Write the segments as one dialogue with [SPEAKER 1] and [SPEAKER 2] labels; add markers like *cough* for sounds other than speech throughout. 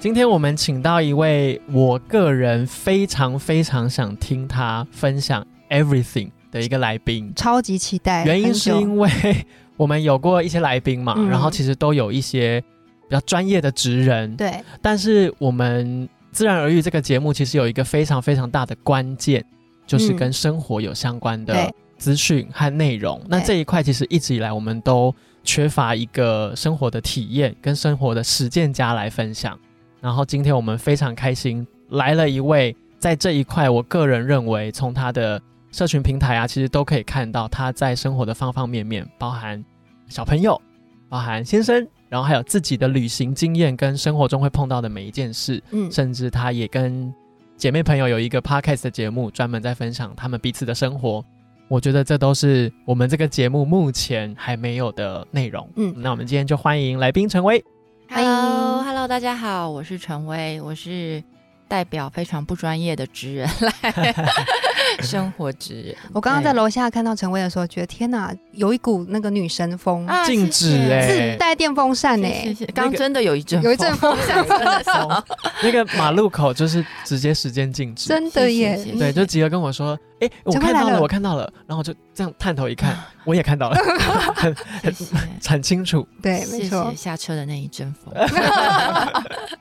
[SPEAKER 1] 今天我们请到一位我个人非常非常想听他分享 everything 的一个来宾，
[SPEAKER 2] 超级期待，
[SPEAKER 1] 原因是
[SPEAKER 2] 哎很久
[SPEAKER 1] 因为我们有过一些来宾嘛，
[SPEAKER 2] 嗯
[SPEAKER 1] 然后其实都有一些比较专业的职人，
[SPEAKER 2] 对，
[SPEAKER 1] 但是我们自然而愈这个节目其实有一个非常非常大的关键，就是
[SPEAKER 2] 嗯
[SPEAKER 1] 跟生活有相关的
[SPEAKER 2] 对
[SPEAKER 1] 资讯和内容。那
[SPEAKER 2] 对
[SPEAKER 1] 这一块其实一直以来我们都缺乏一个生活的体验跟生活的实践家来分享。然后今天我们非常开心来了一位，在这一块我个人认为从他的社群平台啊，其实都可以看到他在生活的方方面面，包含小朋友，包含先生，然后还有自己的旅行经验跟生活中会碰到的每一件事，
[SPEAKER 2] 嗯，
[SPEAKER 1] 甚至他也跟姐妹朋友有一个 podcast 的节目，专门在分享他们彼此的生活。我觉得这都是我们这个节目目前还没有的内容。
[SPEAKER 2] 嗯
[SPEAKER 1] 那我们今天就欢迎来宾陈
[SPEAKER 2] *laughs*
[SPEAKER 1] 威。
[SPEAKER 2] 欢迎哎
[SPEAKER 3] Hello，Hello，大家好，我是陈薇，我是代表非常不专业的职人
[SPEAKER 2] *laughs*
[SPEAKER 3] 来生活职
[SPEAKER 2] 我刚刚
[SPEAKER 1] 对
[SPEAKER 2] 在楼下看到陈薇的时候，觉得天哪，有一股那个女神风，
[SPEAKER 3] 人啊
[SPEAKER 1] 禁止欸
[SPEAKER 2] 自带电风扇呢、
[SPEAKER 3] 谢谢谢谢刚真的有一阵
[SPEAKER 2] 有一阵
[SPEAKER 3] *laughs*
[SPEAKER 2] 风
[SPEAKER 3] 真的
[SPEAKER 1] 哦那个马路口就是直接时间静止，
[SPEAKER 2] 真的耶！
[SPEAKER 3] 谢谢谢谢
[SPEAKER 1] 对，就吉儿跟我说，哎、我
[SPEAKER 2] 陈慧
[SPEAKER 1] 看到
[SPEAKER 2] 来
[SPEAKER 1] 了，
[SPEAKER 2] 了
[SPEAKER 1] 我看到了，然后我就这样探头
[SPEAKER 2] *laughs*
[SPEAKER 1] 一看，我也看到了，很
[SPEAKER 3] *laughs* 谢谢，
[SPEAKER 1] 很清楚。
[SPEAKER 2] 对，没
[SPEAKER 3] 谢
[SPEAKER 2] 错
[SPEAKER 3] 谢，下车的那一阵风。
[SPEAKER 1] *laughs*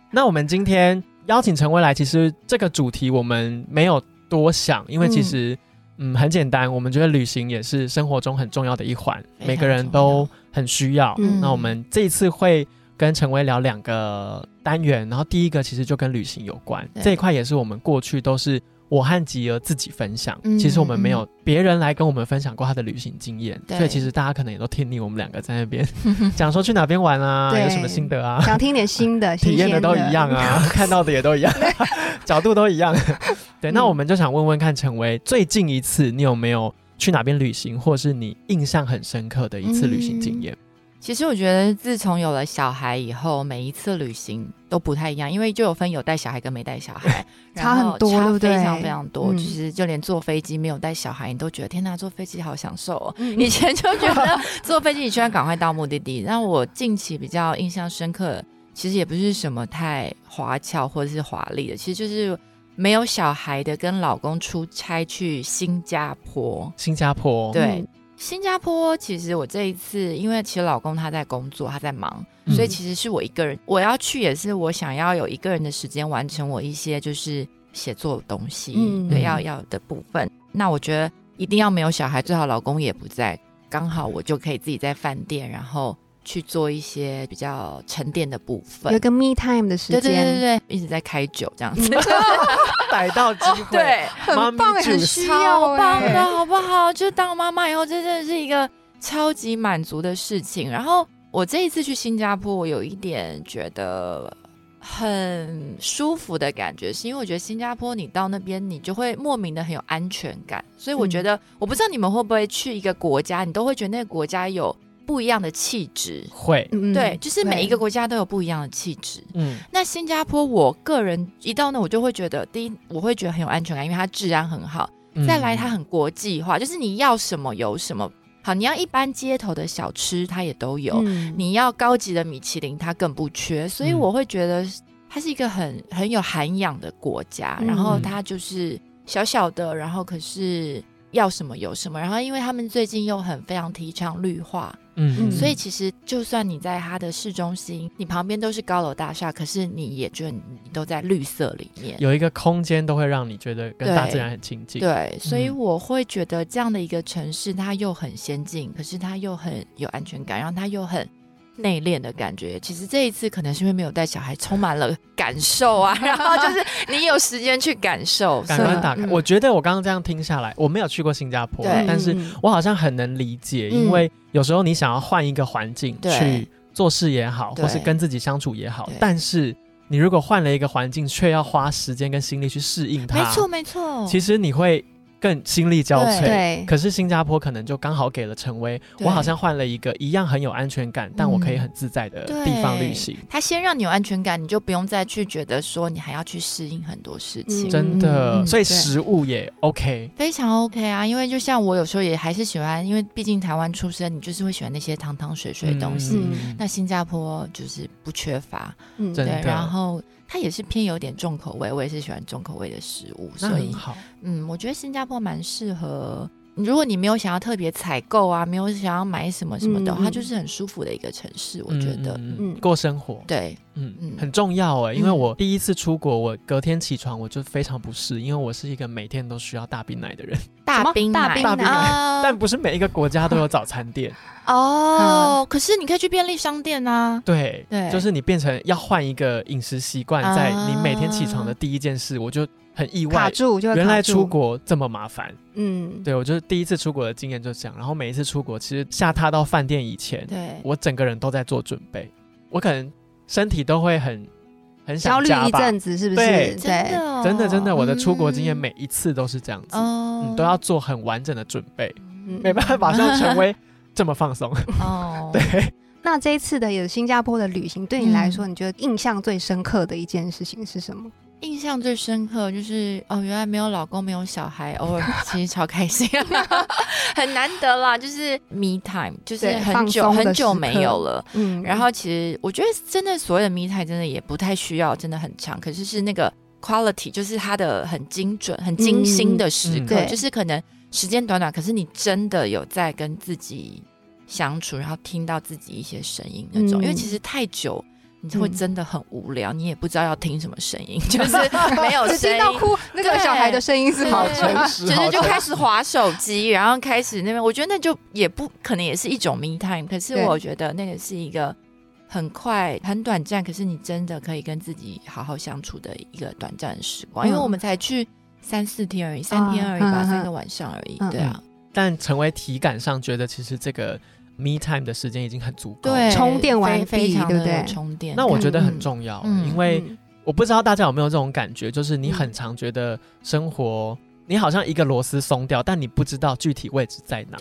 [SPEAKER 1] 那我们今天邀请陈薇来，其实这个主题我们没有多想，因为其实嗯很简单，我们觉得旅行也是生活中很重要的一环，
[SPEAKER 3] 非常
[SPEAKER 1] 每个人都很需要。
[SPEAKER 2] 嗯
[SPEAKER 1] 那我们这一次会跟陈薇聊两个单元，然后第一个其实就跟旅行有关，
[SPEAKER 3] 对
[SPEAKER 1] 这一块也是我们过去都是。我和吉儿自己分享，
[SPEAKER 3] 嗯
[SPEAKER 1] 其实我们没有别人来跟我们分享过他的旅行经验，
[SPEAKER 3] 对
[SPEAKER 1] 所以其实大家可能也都听腻我们两个在那边讲说去哪边玩啊，
[SPEAKER 2] 对
[SPEAKER 1] 有什么心得啊，
[SPEAKER 2] *laughs* 想听点新的，
[SPEAKER 1] *laughs* 体验的
[SPEAKER 2] 新鲜
[SPEAKER 1] 都一样。啊， *laughs* 看到的也都一样， *laughs* 角度都一样。 *laughs* 对，那
[SPEAKER 2] 嗯
[SPEAKER 1] 我们就想问问看，陈薇，最近一次你有没有去哪边旅行，或是你印象很深刻的一次旅行经验？
[SPEAKER 3] 其实我觉得，自从有了小孩以后，每一次旅行都不太一样，因为就有分有带小孩跟没带小孩，
[SPEAKER 2] *laughs* 差很多
[SPEAKER 3] 然后
[SPEAKER 2] 对不对
[SPEAKER 3] 非常非常多。
[SPEAKER 2] 嗯
[SPEAKER 3] 其实就连坐飞机没有带小孩，你都觉得天哪，坐飞机好享受哦。
[SPEAKER 2] 嗯
[SPEAKER 3] 以前就觉得
[SPEAKER 2] *laughs*
[SPEAKER 3] 坐飞机你居然赶快到目的地。 *laughs* 那我近期比较印象深刻，其实也不是什么太华侨或者是华丽的，其实就是没有小孩的跟老公出差去新加坡。
[SPEAKER 1] 新加坡，
[SPEAKER 3] 对新加坡其实我这一次，因为其实老公他在工作，他在忙，
[SPEAKER 1] 嗯
[SPEAKER 3] 所以其实是我一个人。我要去也是我想要有一个人的时间完成我一些就是写作的东西，
[SPEAKER 2] 嗯
[SPEAKER 3] 对要要的部分。那我觉得一定要没有小孩，最好老公也不在，刚好我就可以自己在饭店，然后去做一些比较沉淀的部
[SPEAKER 2] 有一
[SPEAKER 3] 分。
[SPEAKER 2] 个 me time 的时
[SPEAKER 3] 对
[SPEAKER 2] 间，
[SPEAKER 3] 对对对对，一直在开酒这样子，
[SPEAKER 1] 逮哦到机会，
[SPEAKER 3] *laughs* 对，
[SPEAKER 1] 妈
[SPEAKER 2] 很
[SPEAKER 1] 咪
[SPEAKER 2] 棒，很
[SPEAKER 1] juice
[SPEAKER 2] 需要
[SPEAKER 3] 超棒
[SPEAKER 2] 哎
[SPEAKER 3] 的，好不好？就是当妈妈以后，这真的是一个超级满足的事情。然后我这一次去新加坡，我有一点觉得很舒服的感觉，是因为我觉得新加坡你到那边，你就会莫名的很有安全感。所以
[SPEAKER 2] 嗯
[SPEAKER 3] 我觉得，我不知道你们会不会去一个国家，你都会觉得那个国家有不一样的气质。
[SPEAKER 1] 会，
[SPEAKER 2] 嗯
[SPEAKER 3] 对，就是每一个
[SPEAKER 2] 对
[SPEAKER 3] 国家都有不一样的气质。
[SPEAKER 1] 嗯，
[SPEAKER 3] 那新加坡，我个人一到那，我就会觉得，第一，我会觉得很有安全感，因为它治安很好。
[SPEAKER 1] 嗯
[SPEAKER 3] 再来，它很国际化，就是你要什么有什么。好，你要一般街头的小吃，它也都有；
[SPEAKER 2] 嗯
[SPEAKER 3] 你要高级的米其林，它更不缺。所以
[SPEAKER 1] 嗯
[SPEAKER 3] 我会觉得它是一个很很有涵养的国家。然后
[SPEAKER 1] 嗯
[SPEAKER 3] 它就是小小的，然后可是要什么有什么。然后因为他们最近又很非常提倡绿化，
[SPEAKER 1] 嗯
[SPEAKER 3] 所以其实就算你在它的市中心，你旁边都是高楼大厦，可是你也觉得你你都在绿色里面。
[SPEAKER 1] 有一个空间都会让你觉得跟
[SPEAKER 3] 对
[SPEAKER 1] 大自然很亲近，
[SPEAKER 3] 对，所以
[SPEAKER 1] 嗯
[SPEAKER 3] 我会觉得这样的一个城市，它又很先进，可是它又很有安全感，然后它又很内敛的感觉。其实这一次可能是因为没有带小孩，充满了感受啊， *laughs* 然后就是你有时间去感受，
[SPEAKER 1] 感
[SPEAKER 3] 所以
[SPEAKER 1] 官打开。
[SPEAKER 2] 嗯
[SPEAKER 1] 我觉得我刚刚这样听下来，我没有去过新加坡，
[SPEAKER 3] 对
[SPEAKER 1] 但是
[SPEAKER 2] 嗯
[SPEAKER 1] 我好像很能理解，
[SPEAKER 2] 嗯
[SPEAKER 1] 因为有时候你想要换一个环境
[SPEAKER 3] 对
[SPEAKER 1] 去做事也好，
[SPEAKER 3] 对
[SPEAKER 1] 或是跟自己相处也好
[SPEAKER 3] 对，
[SPEAKER 1] 但是你如果换了一个环境，却要花时间跟心力去适应它，
[SPEAKER 3] 没错没错，
[SPEAKER 1] 其实你会更心力交瘁。
[SPEAKER 2] 对，
[SPEAKER 1] 可是新加坡可能就刚好给了陈威，
[SPEAKER 3] 对嗯
[SPEAKER 1] 我好像换了一个一样很有安全感，但我可以很自在的
[SPEAKER 3] 对
[SPEAKER 1] 地方旅行。
[SPEAKER 3] 他先让你有安全感，你就不用再去觉得说你还要去适应很多事情。
[SPEAKER 2] 嗯
[SPEAKER 1] 真的，
[SPEAKER 3] 嗯
[SPEAKER 1] 所以
[SPEAKER 3] 对
[SPEAKER 1] 食物也 OK。
[SPEAKER 3] 非常 OK 啊，因为就像我有时候也还是喜欢，因为毕竟台湾出生，你就是会喜欢那些汤汤水水的东西。
[SPEAKER 1] 嗯
[SPEAKER 3] 那新加坡就是不缺乏，
[SPEAKER 2] 嗯
[SPEAKER 1] 真
[SPEAKER 3] 对
[SPEAKER 1] 的，
[SPEAKER 3] 然后它也是偏有点重口味，我也是喜欢重口味的食物，
[SPEAKER 1] 那
[SPEAKER 3] 所
[SPEAKER 1] 很
[SPEAKER 3] 以
[SPEAKER 1] 好，
[SPEAKER 3] 嗯，我觉得新加坡蛮适合。如果你没有想要特别采购啊，没有想要买什么什么的，
[SPEAKER 2] 嗯嗯
[SPEAKER 3] 它就是很舒服的一个城市，我觉得。
[SPEAKER 1] 嗯
[SPEAKER 2] 嗯
[SPEAKER 1] 过生活，
[SPEAKER 3] 对，
[SPEAKER 1] 嗯
[SPEAKER 3] 嗯
[SPEAKER 1] 很重要哎，因为
[SPEAKER 3] 嗯
[SPEAKER 1] 我第一次出国，我隔天起床我就非常不适，因为我是一个每天都需要大冰奶的人，
[SPEAKER 2] 什么
[SPEAKER 3] 大冰
[SPEAKER 2] 大
[SPEAKER 3] 奶，
[SPEAKER 2] 冰
[SPEAKER 1] 奶
[SPEAKER 3] 啊
[SPEAKER 1] 但不是每一个国家都有早
[SPEAKER 2] *laughs*
[SPEAKER 1] 餐店，嗯
[SPEAKER 3] 哦，可是你可以去便利商店啊。
[SPEAKER 1] 对，
[SPEAKER 3] 对
[SPEAKER 1] 就是你变成要换一个饮食习惯，
[SPEAKER 3] 啊
[SPEAKER 1] 在你每天起床的第一件事，我就很意
[SPEAKER 2] 啊卡
[SPEAKER 1] 外，
[SPEAKER 2] 住就会
[SPEAKER 1] 原来
[SPEAKER 2] 卡住
[SPEAKER 1] 出，国这么麻烦。
[SPEAKER 2] 嗯，
[SPEAKER 1] 对我就是第一次出国的经验就这样，然后每一次出国，其实下榻到饭店以前，
[SPEAKER 3] 对，
[SPEAKER 1] 我整个人都在做准备，我可能身体都会很很
[SPEAKER 2] 焦
[SPEAKER 1] 想
[SPEAKER 2] 虑
[SPEAKER 1] 家
[SPEAKER 2] 一
[SPEAKER 1] 吧。
[SPEAKER 2] 阵子是不是？
[SPEAKER 1] 对
[SPEAKER 3] 真的哦
[SPEAKER 1] 真的真的，我的出国经验
[SPEAKER 3] 嗯
[SPEAKER 1] 每一次都是这样子，
[SPEAKER 3] 哦、
[SPEAKER 1] 嗯，都要做很完整的准备，
[SPEAKER 3] 嗯
[SPEAKER 1] 没办法像陈威这么放松。
[SPEAKER 3] 哦，
[SPEAKER 1] *laughs* 对，
[SPEAKER 2] 嗯那这一次的有新加坡的旅行，对你来说，你觉得印象最深刻的一件事情是什么？
[SPEAKER 3] 印象最深刻就是哦，原来没有老公，没有小孩，偶 *laughs* 尔其实超开心， *laughs* 很难得啦，就是 me time，就是
[SPEAKER 2] 对
[SPEAKER 3] 很
[SPEAKER 2] 放
[SPEAKER 3] 久
[SPEAKER 2] 松的
[SPEAKER 3] 很久
[SPEAKER 2] 时
[SPEAKER 3] 没
[SPEAKER 2] 刻
[SPEAKER 3] 有了。
[SPEAKER 2] 嗯
[SPEAKER 3] 然后其实我觉得真的所谓的 me time 真的也不太需要，真的很长，可是是那个 quality，就是它的很精准、很精心的时刻，
[SPEAKER 2] 嗯嗯嗯
[SPEAKER 3] 就是可能时间短短，可是你真的有在跟自己相处，然后听到自己一些声音那种，
[SPEAKER 2] 嗯
[SPEAKER 3] 因为其实太久。你就会
[SPEAKER 2] 嗯
[SPEAKER 3] 真的很无聊，你也不知道要听什么声音，
[SPEAKER 2] *laughs*
[SPEAKER 3] 就是没有
[SPEAKER 2] 只
[SPEAKER 3] 声
[SPEAKER 2] 听
[SPEAKER 3] 音，
[SPEAKER 2] 到哭那个
[SPEAKER 3] 对
[SPEAKER 2] 小孩的声音是
[SPEAKER 3] 对
[SPEAKER 2] 好
[SPEAKER 3] 对
[SPEAKER 2] 沉
[SPEAKER 3] 对
[SPEAKER 2] 实，
[SPEAKER 3] 就是就开始划手机，然后开始那边，我觉得那就也不可能也是一种 me time，可是
[SPEAKER 2] 对
[SPEAKER 3] 我觉得那个是一个很快很短暂，可是你真的可以跟自己好好相处的一个短暂的时
[SPEAKER 2] 嗯
[SPEAKER 3] 光，因为我们才去三四天而已，三天而已
[SPEAKER 2] 嗯
[SPEAKER 3] 吧，
[SPEAKER 2] 嗯嗯
[SPEAKER 3] 三个晚上而已，
[SPEAKER 2] 嗯
[SPEAKER 3] 对啊，
[SPEAKER 1] 但陈威体感上觉得，其实这个 me time 的时间已经很足够了。
[SPEAKER 3] 对，
[SPEAKER 2] 充电完
[SPEAKER 3] 非非
[SPEAKER 2] 毕
[SPEAKER 3] 常
[SPEAKER 2] 对不
[SPEAKER 3] 的
[SPEAKER 2] 对
[SPEAKER 3] 有充电感，
[SPEAKER 1] 那我觉得很
[SPEAKER 3] 嗯。
[SPEAKER 1] 重要，
[SPEAKER 3] 嗯
[SPEAKER 1] 因为
[SPEAKER 2] *laughs* 嗯
[SPEAKER 1] 我不知道大家有没有这种感觉，就是你
[SPEAKER 2] 嗯
[SPEAKER 1] 很常觉得生活，你好像一个螺丝松掉，但你不知道具体位置在哪。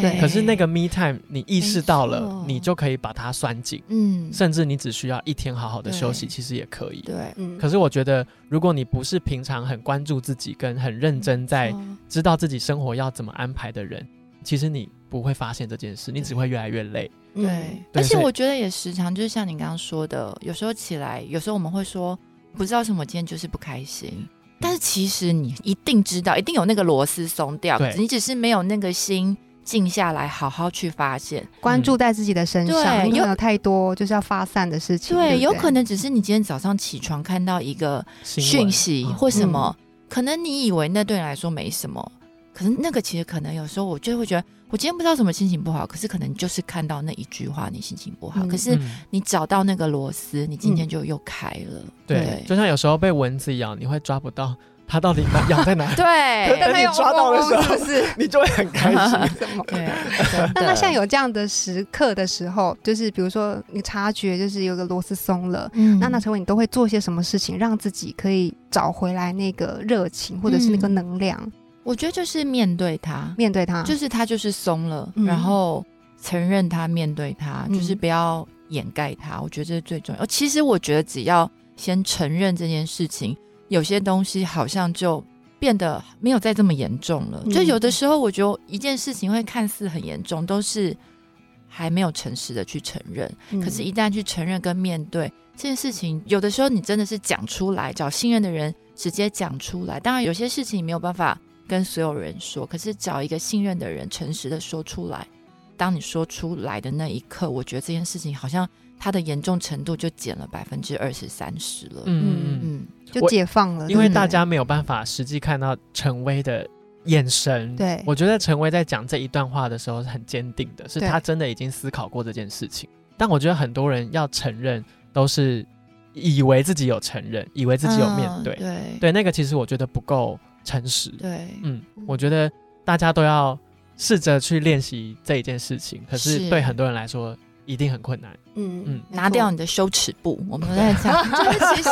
[SPEAKER 3] 对
[SPEAKER 2] 对
[SPEAKER 1] 可是那个 me time，你意识到
[SPEAKER 3] 没
[SPEAKER 1] 了
[SPEAKER 3] 错，
[SPEAKER 1] 你就可以把它拴紧，
[SPEAKER 3] 嗯，
[SPEAKER 1] 甚至你只需要一天好好的休息，
[SPEAKER 3] 对
[SPEAKER 1] 其实也可以。
[SPEAKER 3] 对，
[SPEAKER 2] 嗯
[SPEAKER 1] 可是我觉得，如果你不是平常很关注自己，跟很认真在
[SPEAKER 3] 哦
[SPEAKER 1] 知道自己生活要怎么安排的人，其实你不会发现这件事，你只会越来越累。
[SPEAKER 2] 嗯
[SPEAKER 3] 对，
[SPEAKER 1] 对
[SPEAKER 3] 嗯而且
[SPEAKER 1] 所以
[SPEAKER 3] 我觉得也时常就是像你刚刚说的，有时候起来，有时候我们会说不知道什么，今天就是不开心。但是其实你一定知道，一定有那个螺丝松掉，
[SPEAKER 1] 对
[SPEAKER 3] 你只是没有那个心静下来，好好去发现。
[SPEAKER 2] 关注在自己的身上，
[SPEAKER 3] 对
[SPEAKER 2] 因为
[SPEAKER 3] 有
[SPEAKER 2] 有太多就是要发散的事情，
[SPEAKER 3] 对，
[SPEAKER 2] 不
[SPEAKER 3] 有可能只是你今天早上起床看到一个
[SPEAKER 1] 新闻
[SPEAKER 3] 讯息
[SPEAKER 1] 嗯
[SPEAKER 3] 或什么，可能你以为那对你来说没什么，可是那个其实可能有时候我就会觉得，我今天不知道什么心情不好，可是可能就是看到那一句话，你心情不好，
[SPEAKER 2] 嗯
[SPEAKER 3] 可是
[SPEAKER 1] 嗯
[SPEAKER 3] 你找到那个螺丝，你今天就又开了。
[SPEAKER 1] 对，
[SPEAKER 3] 对
[SPEAKER 1] 就像有时候被蚊子咬，你会抓不到它到底哪咬
[SPEAKER 3] *laughs*
[SPEAKER 1] 在哪里，
[SPEAKER 3] 对
[SPEAKER 1] 等
[SPEAKER 2] 但
[SPEAKER 1] 你
[SPEAKER 2] 没有
[SPEAKER 1] 抓到的时候
[SPEAKER 2] *laughs* 是不是？
[SPEAKER 1] *laughs* 你就会很开心。
[SPEAKER 2] 什么？
[SPEAKER 3] *laughs* 对，
[SPEAKER 2] *laughs* 那那像，有这样的时刻的时候，就是比如说你察觉就是有个螺丝松了，
[SPEAKER 3] 嗯
[SPEAKER 2] 那那成为你都会做些什么事情，让自己可以找回来那个热情或者是那个
[SPEAKER 3] 嗯
[SPEAKER 2] 能量，
[SPEAKER 3] 我觉得就是面对它，
[SPEAKER 2] 面对它？
[SPEAKER 3] 就是它就是松了，
[SPEAKER 2] 嗯
[SPEAKER 3] 然后承认它，面对它，
[SPEAKER 2] 嗯
[SPEAKER 3] 就是不要掩盖它。我觉得这是最重要。哦其实我觉得只要先承认这件事情，有些东西好像就。变得没有再这么严重了。
[SPEAKER 2] 嗯
[SPEAKER 3] 就有的时候，我觉得一件事情会看似很严重，都是还没有诚实的去承认。
[SPEAKER 2] 嗯
[SPEAKER 3] 可是，一旦去承认跟面对这件事情，有的时候你真的是讲出来，找信任的人直接讲出来。当然，有些事情你没有办法跟所有人说，可是找一个信任的人，诚实的说出来。当你说出来的那一刻，我觉得这件事情好像它的严重程度就减了百分之二十三十了。嗯
[SPEAKER 1] 嗯嗯，
[SPEAKER 3] 嗯，
[SPEAKER 2] 就
[SPEAKER 1] 我
[SPEAKER 2] 解放了，
[SPEAKER 1] 因为
[SPEAKER 2] 啊对不对
[SPEAKER 1] 大家没有办法实际看到陈威的眼神。
[SPEAKER 2] 对
[SPEAKER 1] 我觉得陈威在讲这一段话的时候是很坚定的，是
[SPEAKER 2] 对
[SPEAKER 1] 他真的已经思考过这件事情。但我觉得很多人要承认，都是以为自己有承认，以为自己有面对。
[SPEAKER 3] 嗯对
[SPEAKER 1] 对，那个其实我觉得不够诚实。
[SPEAKER 3] 对
[SPEAKER 1] 嗯，我觉得大家都要试着去练习这一件事情，可是
[SPEAKER 3] 是
[SPEAKER 1] 对很多人来说一定很困难。
[SPEAKER 2] 嗯
[SPEAKER 1] 嗯
[SPEAKER 2] 没错
[SPEAKER 3] 拿掉你的羞耻布，我们都在
[SPEAKER 1] *laughs*
[SPEAKER 3] 讲，就是其实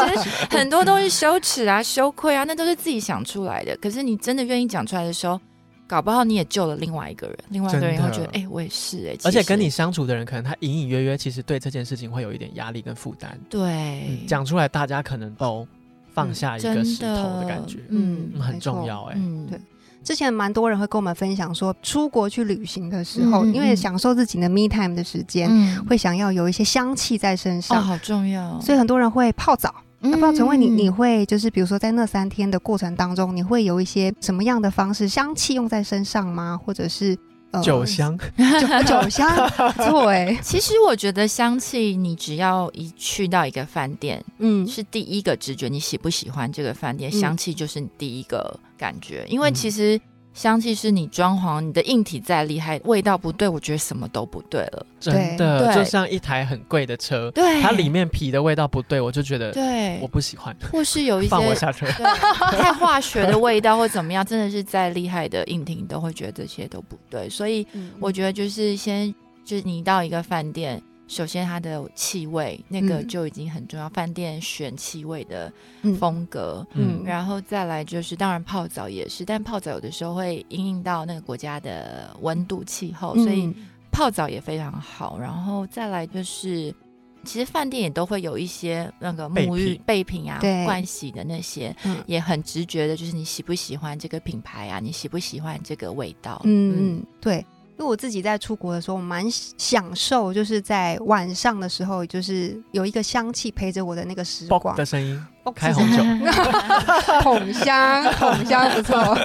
[SPEAKER 3] 很多东西羞耻啊、 *laughs* 羞愧啊，那都是自己想出来的。可是你真的愿意讲出来的时候，搞不好你也救了另外一个人，另外一个人也会觉得，
[SPEAKER 1] 真的
[SPEAKER 3] 哎、我也是哎、其
[SPEAKER 1] 而且
[SPEAKER 3] 实
[SPEAKER 1] 跟你相处的人，可能他隐隐约约其实对这件事情会有一点压力跟负担。
[SPEAKER 3] 对
[SPEAKER 1] 嗯，讲出来，大家可能都放下一个
[SPEAKER 3] 真
[SPEAKER 1] 石头的感觉，
[SPEAKER 3] 嗯
[SPEAKER 1] 嗯很重。
[SPEAKER 2] 没错
[SPEAKER 1] 要哎、
[SPEAKER 3] 嗯
[SPEAKER 2] 对之前蛮多人会跟我们分享说，出国去旅行的时候，
[SPEAKER 3] 嗯嗯
[SPEAKER 2] 因为享受自己的 me time 的时间，
[SPEAKER 3] 嗯
[SPEAKER 2] 会想要有一些香气在身
[SPEAKER 3] 哦，嗯
[SPEAKER 2] 上，
[SPEAKER 3] 好重要，
[SPEAKER 2] 所以很多人会泡澡。
[SPEAKER 3] 以
[SPEAKER 2] 那不知道陈慧，你
[SPEAKER 1] *laughs*
[SPEAKER 2] 你会就是比如说在那三天的过程当中，你会有一些什么样的方式香气用在身上吗？或者是、呃
[SPEAKER 1] 酒香，
[SPEAKER 2] 酒 *laughs* 酒香，不错哎，
[SPEAKER 3] *laughs* 其实我觉得香气，你只要一去到一个饭店，
[SPEAKER 2] 嗯
[SPEAKER 3] 是第一个直觉，你喜不喜欢这个饭店？
[SPEAKER 2] 嗯
[SPEAKER 3] 香气就是你第一个感觉，因为
[SPEAKER 1] 嗯
[SPEAKER 3] 其实香气是你装潢，你的硬体再厉害，味道不对，我觉得什么都不对了。
[SPEAKER 1] 真
[SPEAKER 3] 对
[SPEAKER 1] 的就像一台很贵的车，
[SPEAKER 3] 对
[SPEAKER 1] 它里面皮的味道不对，我就觉得我
[SPEAKER 3] 对，
[SPEAKER 1] 不喜欢，
[SPEAKER 3] 或是有一些
[SPEAKER 1] 放我下车。
[SPEAKER 3] 对太化学的味道或怎么样，真的是再厉害的硬体，你都会觉得这些都不对。所以
[SPEAKER 2] 嗯
[SPEAKER 3] 我觉得就是先，就是你到一个饭店。首先，它的气味那个
[SPEAKER 2] 嗯
[SPEAKER 3] 就已经很重要。饭店选气味的
[SPEAKER 2] 嗯
[SPEAKER 3] 风格，
[SPEAKER 2] 嗯
[SPEAKER 1] 嗯，
[SPEAKER 3] 然后再来就是，当然泡澡也是，但泡澡有的时候会因应到那个国家的温度、气候，
[SPEAKER 2] 嗯
[SPEAKER 3] 所以泡澡也非常好。然后再来就是，其实饭店也都会有一些那个沐浴备品啊、
[SPEAKER 2] 对
[SPEAKER 3] 盥洗的那些，
[SPEAKER 2] 嗯
[SPEAKER 3] 也很直觉的，就是你喜不喜欢这个品牌啊，你喜不喜欢这个味道？
[SPEAKER 2] 嗯嗯对。因为我自己在出国的时候，我蛮享受，就是在晚上的时候，就是有一个香气陪着我的那个时
[SPEAKER 1] 嘣
[SPEAKER 2] 光，
[SPEAKER 1] 的声音，
[SPEAKER 2] 嘣
[SPEAKER 1] 开红酒，
[SPEAKER 3] 嗯 *laughs*
[SPEAKER 2] 桶香，桶香不错。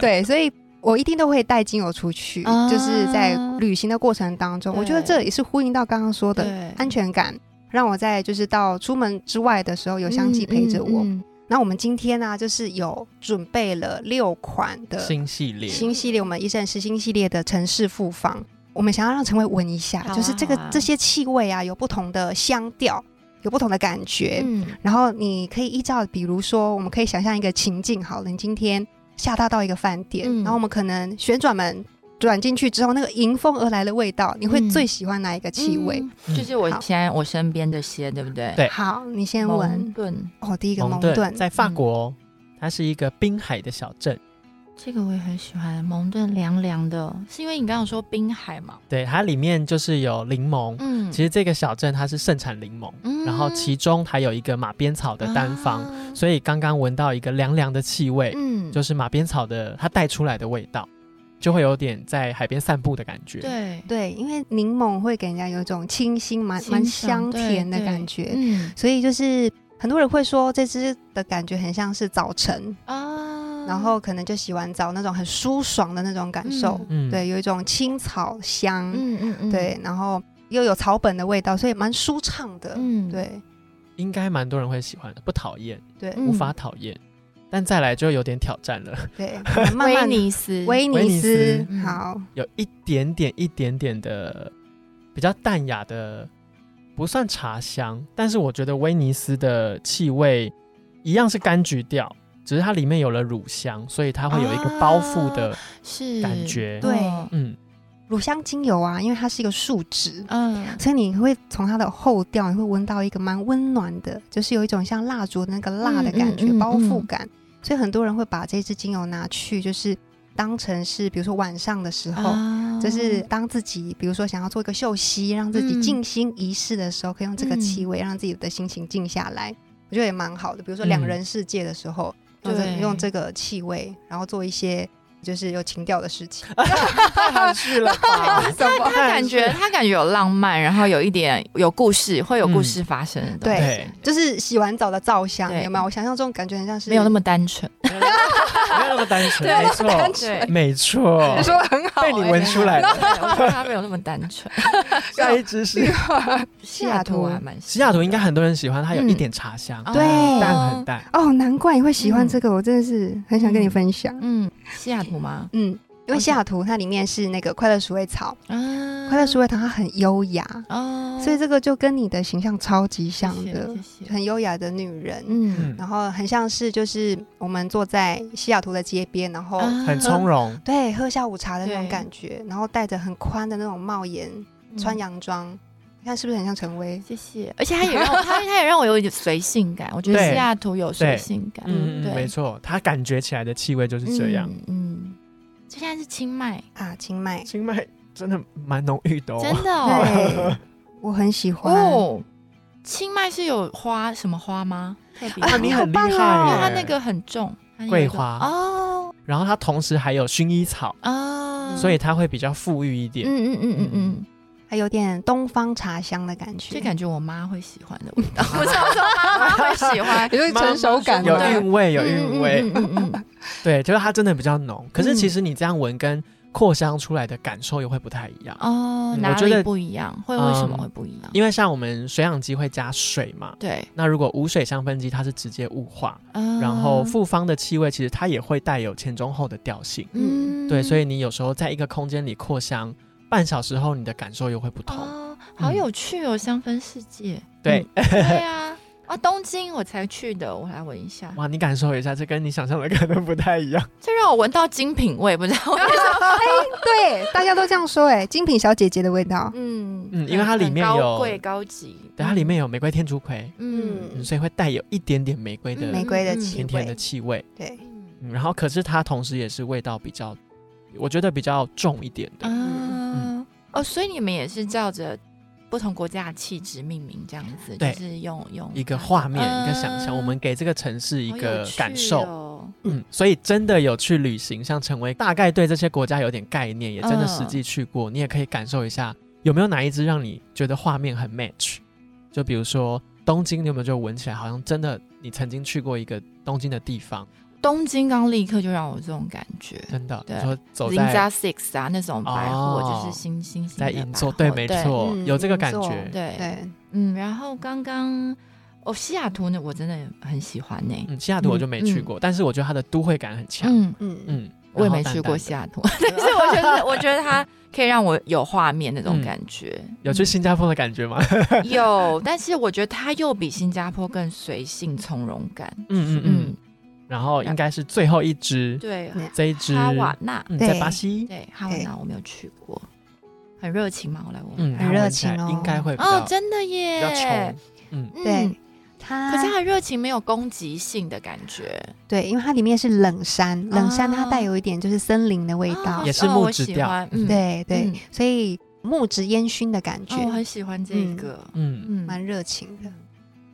[SPEAKER 2] *laughs* *laughs* 对，所以我一定都会带精油出去，
[SPEAKER 3] 啊
[SPEAKER 2] 就是在旅行的过程当中，
[SPEAKER 3] 对
[SPEAKER 2] 我觉得这也是呼应到刚刚说的
[SPEAKER 3] 对，
[SPEAKER 2] 安全感，让我在就是到出门之外的时候有香气陪着我。
[SPEAKER 3] 嗯嗯
[SPEAKER 2] 那我们今天呢、就是有准备了六款的
[SPEAKER 1] 新系列，
[SPEAKER 2] 新系列，我们一站十新系列的城市复方，我们想要让陈伟闻一下，
[SPEAKER 3] 好啊
[SPEAKER 2] 就是这个、
[SPEAKER 3] 好啊
[SPEAKER 2] 这些气味啊，有不同的香调，有不同的感觉。
[SPEAKER 3] 嗯
[SPEAKER 2] 然后你可以依照，比如说，我们可以想象一个情境，好了，你今天下榻到一个饭店，
[SPEAKER 3] 嗯
[SPEAKER 2] 然后我们可能旋转门转进去之后，那个迎风而来的味道，你会
[SPEAKER 3] 嗯
[SPEAKER 2] 最喜欢哪一个气味？
[SPEAKER 3] 嗯就是我
[SPEAKER 2] 好
[SPEAKER 3] 现在我身边的些，对不对？
[SPEAKER 1] 对
[SPEAKER 2] 好，你先
[SPEAKER 3] 蒙
[SPEAKER 2] 闻。
[SPEAKER 3] 顿
[SPEAKER 2] 哦，第一个
[SPEAKER 1] 蒙
[SPEAKER 2] 蒙
[SPEAKER 1] 顿
[SPEAKER 2] 顿，
[SPEAKER 1] 嗯在法国
[SPEAKER 3] 嗯
[SPEAKER 1] 哦，它是一个滨海的小镇，
[SPEAKER 3] 这个我也很喜欢，蒙顿凉凉的，是因为你刚刚说滨海嘛？
[SPEAKER 1] 对，它里面就是有柠檬。
[SPEAKER 3] 嗯
[SPEAKER 1] 其实这个小镇它是盛产柠檬，
[SPEAKER 3] 嗯
[SPEAKER 1] 然后其中还有一个马鞭草的单方，
[SPEAKER 3] 啊
[SPEAKER 1] 所以刚刚闻到一个凉凉的气味，
[SPEAKER 3] 嗯
[SPEAKER 1] 就是马鞭草的它带出来的味道，就会有点在海边散步的感觉。，
[SPEAKER 3] 对
[SPEAKER 2] 对，因为柠檬会给人家有一种清新、蛮
[SPEAKER 3] 欣赏
[SPEAKER 2] 蛮香甜的
[SPEAKER 3] 对对
[SPEAKER 2] 感觉，
[SPEAKER 3] 嗯
[SPEAKER 2] 所以就是很多人会说这支的感觉很像是早晨，
[SPEAKER 3] 啊
[SPEAKER 2] 然后可能就洗完澡那种很舒爽的那种感受，
[SPEAKER 1] 嗯，
[SPEAKER 2] 对，有一种青草香，
[SPEAKER 3] 嗯嗯嗯
[SPEAKER 2] 对，然后又有草本的味道，所以蛮舒畅的。
[SPEAKER 3] 嗯
[SPEAKER 2] 对
[SPEAKER 1] 应该蛮多人会喜欢的，不讨厌，
[SPEAKER 2] 对、
[SPEAKER 3] 嗯
[SPEAKER 1] 无法讨厌，但再来就有点挑战了， *laughs*
[SPEAKER 2] 对，可能慢
[SPEAKER 3] 威
[SPEAKER 2] 慢
[SPEAKER 3] 尼斯
[SPEAKER 2] 威
[SPEAKER 1] 威
[SPEAKER 2] 尼
[SPEAKER 1] 尼
[SPEAKER 2] 斯
[SPEAKER 1] 斯
[SPEAKER 3] 嗯
[SPEAKER 2] 好，
[SPEAKER 1] 有一点点、一点点的比较淡雅的，不算茶香，但是我觉得威尼斯的气味一样是柑橘调，只是它里面有了乳香，所以它会有一个包覆的
[SPEAKER 3] 是
[SPEAKER 1] 感觉。
[SPEAKER 2] 对
[SPEAKER 3] 哦
[SPEAKER 1] 嗯，
[SPEAKER 2] 乳香精油啊，因为它是一个树脂。
[SPEAKER 3] 嗯
[SPEAKER 2] 所以你会从它的后调，你会闻到一个蛮温暖的，就是有一种像蜡烛的那个蜡的感觉，
[SPEAKER 3] 嗯嗯嗯
[SPEAKER 2] 包覆
[SPEAKER 3] 嗯
[SPEAKER 2] 感。所以很多人会把这支精油拿去，就是当成是，比如说晚上的时候，
[SPEAKER 3] 啊
[SPEAKER 2] 就是当自己比如说想要做一个休息，让自己
[SPEAKER 3] 嗯
[SPEAKER 2] 静心仪式的时候，可以用这个气味让自己的心情静下来，我觉得也蛮好的。比如说两人世界的时候，用这
[SPEAKER 3] 嗯对
[SPEAKER 2] 用这个气味，然后做一些就是有情调的事情。
[SPEAKER 1] 太含蓄了吧？
[SPEAKER 2] *laughs* 什么？
[SPEAKER 3] 啊他
[SPEAKER 2] *laughs*
[SPEAKER 3] 感觉他感觉有浪漫，然后有一点有故事，会有故事
[SPEAKER 1] 嗯
[SPEAKER 3] 发生的东西，
[SPEAKER 1] 对，
[SPEAKER 2] 就是洗完澡的皂香，
[SPEAKER 3] 对
[SPEAKER 2] 有没有？我想象中感觉很像是
[SPEAKER 3] 没有那么单纯。
[SPEAKER 1] 没有那么单纯，没错，
[SPEAKER 3] 对，
[SPEAKER 1] 没错
[SPEAKER 2] 你， *laughs* 说的很好、
[SPEAKER 1] 被你
[SPEAKER 2] 欸
[SPEAKER 1] 闻出来
[SPEAKER 3] *laughs* 对
[SPEAKER 1] 了。
[SPEAKER 3] 我觉得他没有那么单纯。
[SPEAKER 1] 下一支是
[SPEAKER 3] 西雅图我还蛮喜欢的
[SPEAKER 1] 西雅图，应该很多人喜欢，它有
[SPEAKER 3] 嗯
[SPEAKER 1] 一点茶香，
[SPEAKER 3] 哦
[SPEAKER 2] 对
[SPEAKER 1] 但很淡。
[SPEAKER 2] 哦，难怪你会喜欢这个，我真的是很想跟你
[SPEAKER 3] 嗯
[SPEAKER 2] 分享。
[SPEAKER 3] 嗯，西雅图吗？
[SPEAKER 2] 嗯，因为
[SPEAKER 3] OK
[SPEAKER 2] 西雅图它里面是那个快乐鼠尾草，
[SPEAKER 3] 啊
[SPEAKER 2] 快乐鼠尾草它很优雅，
[SPEAKER 3] 哦，
[SPEAKER 2] 所以这个就跟你的形象超级像的，
[SPEAKER 3] 谢谢谢谢
[SPEAKER 2] 很优雅的女人，
[SPEAKER 3] 嗯，
[SPEAKER 2] 然后很像是就是我们坐在西雅图的街边，然后、
[SPEAKER 3] 啊
[SPEAKER 1] 哦很从容，
[SPEAKER 2] 对喝下午茶的那种
[SPEAKER 3] 对
[SPEAKER 2] 感觉，然后戴着很宽的那种帽檐，
[SPEAKER 3] 嗯
[SPEAKER 2] 穿洋装，你看是不是很像陈薇？
[SPEAKER 3] 谢谢，而且他也 *laughs* 让我，他他也让我有一点随性感，我觉得
[SPEAKER 1] 对
[SPEAKER 3] 西雅图有随
[SPEAKER 1] 对
[SPEAKER 3] 性感，
[SPEAKER 1] 嗯，嗯
[SPEAKER 3] 对，
[SPEAKER 1] 没错，它感觉起来的气味就是这样。
[SPEAKER 3] 嗯，嗯，这现在是清迈，
[SPEAKER 2] 啊，清迈，
[SPEAKER 1] 清迈真的蛮浓郁的哦， *laughs*
[SPEAKER 3] 真的哦，
[SPEAKER 2] 对，我很喜欢。
[SPEAKER 3] 哦，清迈是有花什么花吗？特别
[SPEAKER 1] 啊，
[SPEAKER 3] 花
[SPEAKER 1] 你
[SPEAKER 2] 好
[SPEAKER 1] 很厉
[SPEAKER 2] 棒
[SPEAKER 1] 害
[SPEAKER 2] 哦
[SPEAKER 1] 耶，
[SPEAKER 3] 因为它那个很重，它那个
[SPEAKER 1] 桂花
[SPEAKER 3] 哦
[SPEAKER 1] 然后它同时还有薰衣草，
[SPEAKER 3] 哦，
[SPEAKER 1] 所以它会比较富裕一点。
[SPEAKER 3] 嗯嗯嗯嗯嗯，
[SPEAKER 2] 还有点东方茶香的感觉，，
[SPEAKER 3] 这感觉我妈会
[SPEAKER 1] *laughs*
[SPEAKER 3] 喜欢的味道，我想说妈妈会喜欢
[SPEAKER 2] 也就是成熟感
[SPEAKER 1] 有
[SPEAKER 2] 嘛
[SPEAKER 1] 韵味， *laughs* 有韵味，
[SPEAKER 3] 嗯嗯嗯
[SPEAKER 1] *laughs*
[SPEAKER 3] 嗯
[SPEAKER 1] 对，就是它真的比较浓。可是其实你这样闻跟扩香出来的感受又会不太一样，
[SPEAKER 3] 嗯哦，
[SPEAKER 1] 嗯
[SPEAKER 3] 哪
[SPEAKER 1] 我觉得嗯
[SPEAKER 3] 里不一样？会为什么会不一样？
[SPEAKER 1] 因为像我们水养机会加水嘛，
[SPEAKER 3] 对，嗯
[SPEAKER 1] 那如果无水香氛机它是直接雾化，然
[SPEAKER 3] 然
[SPEAKER 1] 后复方的气味其实它也会带有前中后的调性，
[SPEAKER 3] 嗯
[SPEAKER 1] 对，所
[SPEAKER 3] 以
[SPEAKER 1] 以你有时候在一个空间里扩香。半小时后，你的感受又会不同。
[SPEAKER 3] 哦，好有趣哦，香氛
[SPEAKER 1] *laughs*
[SPEAKER 3] 世界，
[SPEAKER 1] 对，
[SPEAKER 3] 对啊，啊，东京我才去的，我来闻一下，
[SPEAKER 1] 哇，你感受一下，这跟你想象的可能不太一样。
[SPEAKER 3] 这让我闻到精品味，不知道为什么。
[SPEAKER 2] 哎对，大家都这样说、哎，精品小姐姐的味道。
[SPEAKER 3] 嗯
[SPEAKER 1] 嗯因为它里面
[SPEAKER 3] 很
[SPEAKER 1] 有
[SPEAKER 3] 高贵高级，
[SPEAKER 1] 对，它里面有玫瑰天竺葵，
[SPEAKER 3] 嗯
[SPEAKER 1] 嗯，所以会带有一点点玫瑰的
[SPEAKER 3] 嗯
[SPEAKER 2] 玫瑰的气
[SPEAKER 1] 甜
[SPEAKER 2] 味，
[SPEAKER 1] 甜的气味。
[SPEAKER 2] 对，
[SPEAKER 1] 嗯，然后可是它同时也是味道比较，我觉得比较重一点的。嗯
[SPEAKER 3] 啊哦，所以你们也是照着不同国家的气质命名这样子，就
[SPEAKER 1] 对
[SPEAKER 3] 是用用
[SPEAKER 1] 一个画面，
[SPEAKER 3] 嗯
[SPEAKER 1] 一个想象，我们给这个城市一个感受，
[SPEAKER 3] 好有趣哦
[SPEAKER 1] 嗯，所以真的有去旅行，像成为大概对这些国家有点概念，也真的实际去过，
[SPEAKER 3] 嗯
[SPEAKER 1] 你也可以感受一下有没有哪一支让你觉得画面很 match。就比如说东京，你有没有就闻起来好像真的你曾经去过一个东京的地方，
[SPEAKER 3] 东京刚立刻就让我这种感觉。
[SPEAKER 1] 真的，
[SPEAKER 3] 对
[SPEAKER 1] 你说走
[SPEAKER 3] 零
[SPEAKER 1] 在
[SPEAKER 3] 加 six 啊，那种百货、
[SPEAKER 1] 哦
[SPEAKER 3] 就是新新兴
[SPEAKER 1] 在
[SPEAKER 3] 的
[SPEAKER 1] 银
[SPEAKER 3] 百
[SPEAKER 1] 座，
[SPEAKER 3] 货，
[SPEAKER 1] 对，没错，
[SPEAKER 2] 嗯
[SPEAKER 1] 有这个
[SPEAKER 2] 银
[SPEAKER 1] 感
[SPEAKER 2] 座
[SPEAKER 1] 觉，
[SPEAKER 3] 对
[SPEAKER 2] 对，
[SPEAKER 3] 嗯，然后刚刚哦，西雅图呢，我真的很喜欢呢、
[SPEAKER 1] 嗯，西雅图我就没去过，但是我觉得它的都会感很强。嗯，
[SPEAKER 3] 嗯，
[SPEAKER 2] 嗯嗯，
[SPEAKER 3] 我也
[SPEAKER 1] 然后
[SPEAKER 3] 没去
[SPEAKER 1] 淡
[SPEAKER 3] 过
[SPEAKER 1] 淡
[SPEAKER 3] 西雅图， *laughs* 但是我觉得，我觉得它可以让我有画面那种
[SPEAKER 1] 嗯
[SPEAKER 3] 感觉。
[SPEAKER 1] 有去新加坡的感觉吗？ *laughs*
[SPEAKER 3] 嗯有，但是我觉得它又比新加坡更随性从容感。
[SPEAKER 1] *laughs* 嗯嗯
[SPEAKER 3] 嗯
[SPEAKER 1] 嗯。，然后应该是最后一支，
[SPEAKER 3] 对，
[SPEAKER 2] 嗯
[SPEAKER 1] 这一支
[SPEAKER 3] 哈瓦那，
[SPEAKER 1] 嗯，
[SPEAKER 2] 对
[SPEAKER 1] 在巴西，
[SPEAKER 3] 对，哈瓦那我没有去过，很热情吗？我来问。
[SPEAKER 1] 嗯，
[SPEAKER 2] 很
[SPEAKER 1] 它闻
[SPEAKER 2] 热
[SPEAKER 1] 起来
[SPEAKER 2] 情哦
[SPEAKER 1] 应该会比
[SPEAKER 3] 哦，
[SPEAKER 1] 较
[SPEAKER 3] 真的
[SPEAKER 1] 比
[SPEAKER 3] 耶，
[SPEAKER 1] 较冲。嗯，
[SPEAKER 3] 嗯
[SPEAKER 2] 对。它
[SPEAKER 3] 可是它的热情没有攻击性的感觉，
[SPEAKER 2] 对，因为它里面是冷杉，冷杉它
[SPEAKER 3] 哦
[SPEAKER 2] 带有一点就是森林的味道，
[SPEAKER 3] 哦
[SPEAKER 1] 也是
[SPEAKER 3] 哦
[SPEAKER 1] 木
[SPEAKER 3] 我
[SPEAKER 1] 质
[SPEAKER 3] 喜
[SPEAKER 1] 调
[SPEAKER 3] 欢嗯，
[SPEAKER 2] 对对，
[SPEAKER 3] 嗯
[SPEAKER 2] 所以木质烟熏的感觉
[SPEAKER 3] 哦，我很喜欢这
[SPEAKER 2] 嗯
[SPEAKER 3] 个，
[SPEAKER 1] 嗯，
[SPEAKER 3] 嗯，
[SPEAKER 2] 蛮热情的。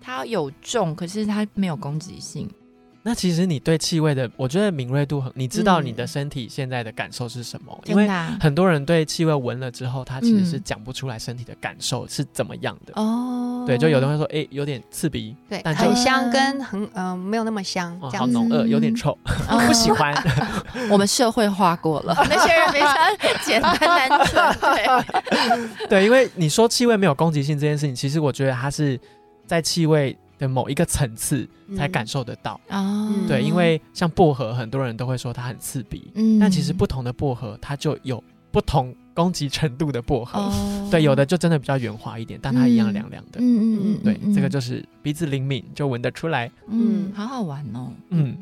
[SPEAKER 3] 它有重，可是它没有攻击性，
[SPEAKER 1] 那其实你对气味的，我觉得敏锐度很，你知道
[SPEAKER 3] 嗯
[SPEAKER 1] 你的身体现在的感受是什么？因
[SPEAKER 3] 真
[SPEAKER 1] 为
[SPEAKER 3] 的啊
[SPEAKER 1] 很多人对气味闻了之后，他其实
[SPEAKER 3] 嗯
[SPEAKER 1] 是讲不出来身体的感受是怎么样的。
[SPEAKER 3] 哦，
[SPEAKER 1] 对，就有的人会说，哎，有点刺鼻，
[SPEAKER 2] 对，
[SPEAKER 1] 但
[SPEAKER 2] 很
[SPEAKER 3] 就
[SPEAKER 2] 香跟很嗯、呃没有那么香
[SPEAKER 1] 哦
[SPEAKER 2] 这
[SPEAKER 1] 好
[SPEAKER 2] 样子。
[SPEAKER 1] 浓恶，有点
[SPEAKER 3] 嗯
[SPEAKER 1] 臭，
[SPEAKER 3] 哦
[SPEAKER 1] 不喜欢。*laughs*
[SPEAKER 3] *laughs* 我们社会化过了， *laughs* 那些人非常简单单纯。对，
[SPEAKER 1] 对，因为你说气味没有攻击性这件事情，其实我觉得它是在气味的某一个层次才
[SPEAKER 3] 嗯
[SPEAKER 1] 感受得到。
[SPEAKER 3] 哦
[SPEAKER 2] 嗯
[SPEAKER 1] 对，因为像薄荷，很多人都会说它很刺鼻，
[SPEAKER 3] 嗯
[SPEAKER 1] 但其实不同的薄荷，它就有不同攻击程度的薄荷。
[SPEAKER 3] 哦
[SPEAKER 1] 对，有的就真的比较圆滑一点，但它一样凉凉的。
[SPEAKER 3] 嗯嗯嗯，
[SPEAKER 1] 对，
[SPEAKER 3] 嗯
[SPEAKER 1] 这个就是鼻子灵敏，就闻得出来。
[SPEAKER 3] 嗯，好好玩哦，
[SPEAKER 1] 嗯，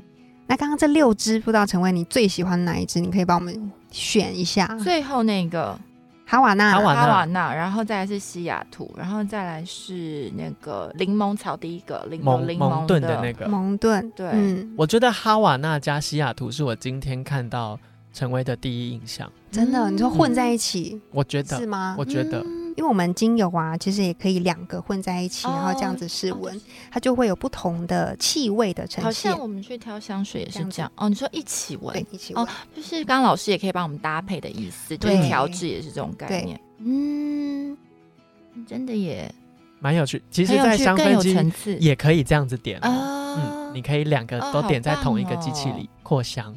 [SPEAKER 2] 那刚刚这六支，不知道陈薇你最喜欢哪一支？你可以帮我们选一下。
[SPEAKER 3] 最后那个
[SPEAKER 2] 哈瓦那，
[SPEAKER 1] 哈瓦那
[SPEAKER 3] 哈瓦那，然后再来是西雅图，然后再来是那个柠檬草，第一个柠檬
[SPEAKER 1] 蒙
[SPEAKER 3] 柠
[SPEAKER 1] 蒙
[SPEAKER 3] 檬
[SPEAKER 1] 顿的那个，
[SPEAKER 2] 蒙顿，
[SPEAKER 3] 对
[SPEAKER 2] 嗯，
[SPEAKER 1] 我觉得哈瓦那加西雅图是我今天看到成为的第一印象。
[SPEAKER 2] 真的，你说混在一起、
[SPEAKER 1] 我觉
[SPEAKER 2] 是
[SPEAKER 1] 得，
[SPEAKER 2] 吗？
[SPEAKER 1] 我觉得，
[SPEAKER 3] 嗯
[SPEAKER 2] 因为我们精油啊，其实也可以两个混在一起，
[SPEAKER 3] 哦
[SPEAKER 2] 然后这样子试闻，
[SPEAKER 3] 哦
[SPEAKER 2] 它就会有不同的气味的呈
[SPEAKER 3] 好
[SPEAKER 2] 现
[SPEAKER 3] 像。我们去挑香水也是
[SPEAKER 2] 这样子
[SPEAKER 3] 这样哦。你说一起闻
[SPEAKER 2] 对，，一起闻。
[SPEAKER 3] 哦就是刚刚老师也可以帮我们搭配的意思，就是
[SPEAKER 2] 对
[SPEAKER 3] 调制也是这种概
[SPEAKER 2] 对
[SPEAKER 3] 念。嗯，真的耶，
[SPEAKER 1] 蛮有趣。其实，
[SPEAKER 3] 很有
[SPEAKER 1] 在
[SPEAKER 3] 趣
[SPEAKER 1] 香
[SPEAKER 3] 更
[SPEAKER 1] 氛
[SPEAKER 3] 有
[SPEAKER 1] 机
[SPEAKER 3] 层次
[SPEAKER 1] 也可以这样子点、哦。
[SPEAKER 3] 啊
[SPEAKER 1] 嗯，你可以两个
[SPEAKER 3] 哦
[SPEAKER 1] 都
[SPEAKER 3] 好
[SPEAKER 1] 点在同一个
[SPEAKER 3] 棒
[SPEAKER 1] 机器
[SPEAKER 3] 哦
[SPEAKER 1] 里扩香。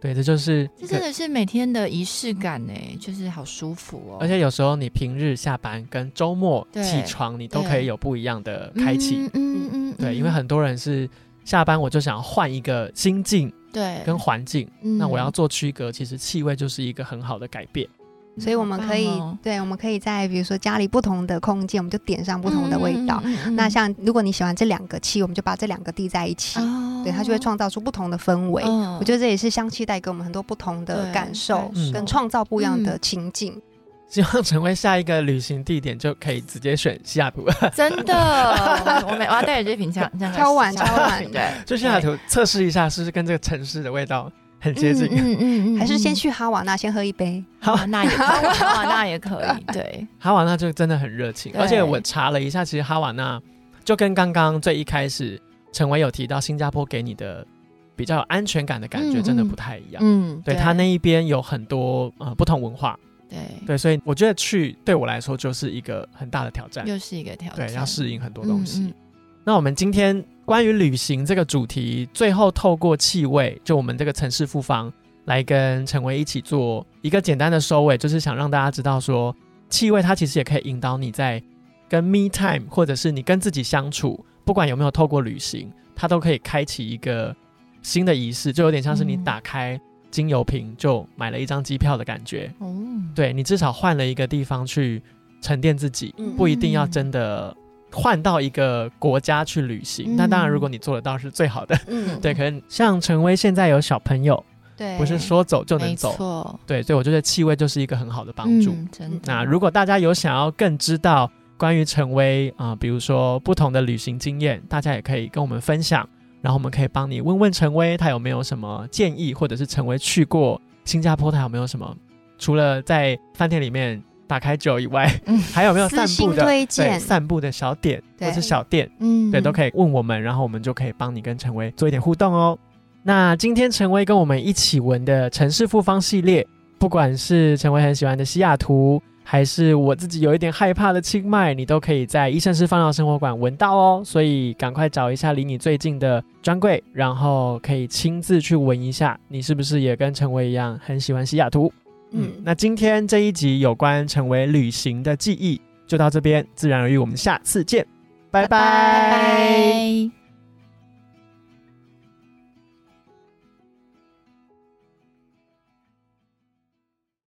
[SPEAKER 1] 对，这就是
[SPEAKER 3] 这
[SPEAKER 1] 一
[SPEAKER 3] 真
[SPEAKER 1] 个。
[SPEAKER 3] 的是每天的仪式感呢，就是好舒服哦。
[SPEAKER 1] 而且有时候你平日下班跟周末
[SPEAKER 3] 对
[SPEAKER 1] 起床，你都可以有不一样的开启
[SPEAKER 3] 嗯。嗯嗯，
[SPEAKER 1] 对，
[SPEAKER 3] 嗯
[SPEAKER 1] 因为很多人是下班我就想要换一个心境
[SPEAKER 3] 对，
[SPEAKER 1] 跟环境，
[SPEAKER 3] 嗯
[SPEAKER 1] 那我要做区隔，其实气味就是一个很好的改变。 *laughs*
[SPEAKER 2] 所以我们可以、
[SPEAKER 3] 好棒哦
[SPEAKER 2] 对，我们可以在比如说家里不同的空间，我们就点上不同的味道。
[SPEAKER 3] 嗯嗯嗯嗯
[SPEAKER 2] 那像如果你喜欢这两个气，我们就把这两个滴在一起，
[SPEAKER 3] 哦
[SPEAKER 2] 对，它就会创造出不同的氛围。
[SPEAKER 3] 嗯
[SPEAKER 2] 我觉得这也是香气带给我们很多不同的
[SPEAKER 3] 对
[SPEAKER 2] 感受
[SPEAKER 3] 感受
[SPEAKER 2] 跟创造不一样的
[SPEAKER 3] 嗯
[SPEAKER 2] 情境。
[SPEAKER 1] 希望成为下一个旅行地点就可以直接选西雅图，
[SPEAKER 3] 真的，
[SPEAKER 2] *laughs*
[SPEAKER 3] 我我每我要带着这瓶枪，这样
[SPEAKER 2] 敲碗敲碗
[SPEAKER 3] 对，
[SPEAKER 1] *laughs* 就西雅图测试一下，是不是跟这个城市的味道很 *laughs* 接近？
[SPEAKER 3] 嗯嗯
[SPEAKER 2] 还是先去哈瓦那先喝一杯。
[SPEAKER 3] 好，那也可以，好那也可
[SPEAKER 1] *laughs*
[SPEAKER 3] 以，对，
[SPEAKER 1] 哈瓦那就真的很热情，
[SPEAKER 3] 对
[SPEAKER 1] 而且我查了一下，其实哈瓦那就跟刚刚最一开始陈伟有提到新加坡给你的比较有安全感的感觉，
[SPEAKER 3] 嗯
[SPEAKER 1] 真的不太一样。
[SPEAKER 3] 嗯，
[SPEAKER 1] 对他那一边有很多呃不同文化，
[SPEAKER 3] 对，
[SPEAKER 1] 对，所以我觉得去对我来说就是一个很大的挑战，
[SPEAKER 3] 又是一个挑战，
[SPEAKER 1] 对，要适应很多东西。
[SPEAKER 3] 嗯嗯
[SPEAKER 1] 那我们今天关于旅行这个主题，最后透过气味，就我们这个城市复方来跟陈维一起做一个简单的收尾，就是想让大家知道说，气味它其实也可以引导你在跟 me time，或者是你跟自己相处，不管有没有透过旅行，它都可以开启一个新的仪式，就有点像是你
[SPEAKER 3] 嗯
[SPEAKER 1] 打开精油瓶就买了一张机票的感觉。
[SPEAKER 3] 哦，
[SPEAKER 1] 对你至少换了一个地方去沉淀自己，
[SPEAKER 2] 嗯
[SPEAKER 1] 不一定要真的换到一个国家去旅行。
[SPEAKER 3] 嗯
[SPEAKER 1] 那当然，如果你做得到是最好的。
[SPEAKER 2] 嗯，
[SPEAKER 1] 对，可能像陈威现在有小朋友，
[SPEAKER 2] 对，
[SPEAKER 1] 不是说走就能
[SPEAKER 3] 哎没
[SPEAKER 1] 走。
[SPEAKER 3] 错，
[SPEAKER 1] 对，所以我觉得气味就是一个很好的帮助。
[SPEAKER 3] 嗯真的。
[SPEAKER 1] 那如果大家有想要更知道关于陈威啊、比如说不同的旅行经验，大家也可以跟我们分享，然后我们可以帮你问问陈威他有没有什么建议，或者是陈威去过新加坡，他有没有什么除了在饭店里面打开酒以外，
[SPEAKER 3] 嗯
[SPEAKER 1] 还啊有没有散
[SPEAKER 2] 私
[SPEAKER 1] 步
[SPEAKER 2] 信
[SPEAKER 1] 的
[SPEAKER 2] 推
[SPEAKER 1] 对
[SPEAKER 2] 荐，
[SPEAKER 1] 散步的小点
[SPEAKER 2] 对
[SPEAKER 1] 或是小店，
[SPEAKER 3] 嗯
[SPEAKER 1] 对，都可以问我们，然后我们就可以帮你跟陈威做一点互动哦。那今天陈威跟我们一起闻的城市复方系列，不管是陈威很喜欢的西雅图，还是我自己有一点害怕的清迈，你都可以在医生室放疗生活馆闻到哦。所以赶快找一下离你最近的专柜，然后可以亲自去闻一下，你是不是也跟陈威一样很喜欢西雅图？嗯，
[SPEAKER 2] 嗯，
[SPEAKER 1] 那今天这一集有关成为旅行的记忆就到这边，自然而然我们下次见，拜拜。
[SPEAKER 3] 拜拜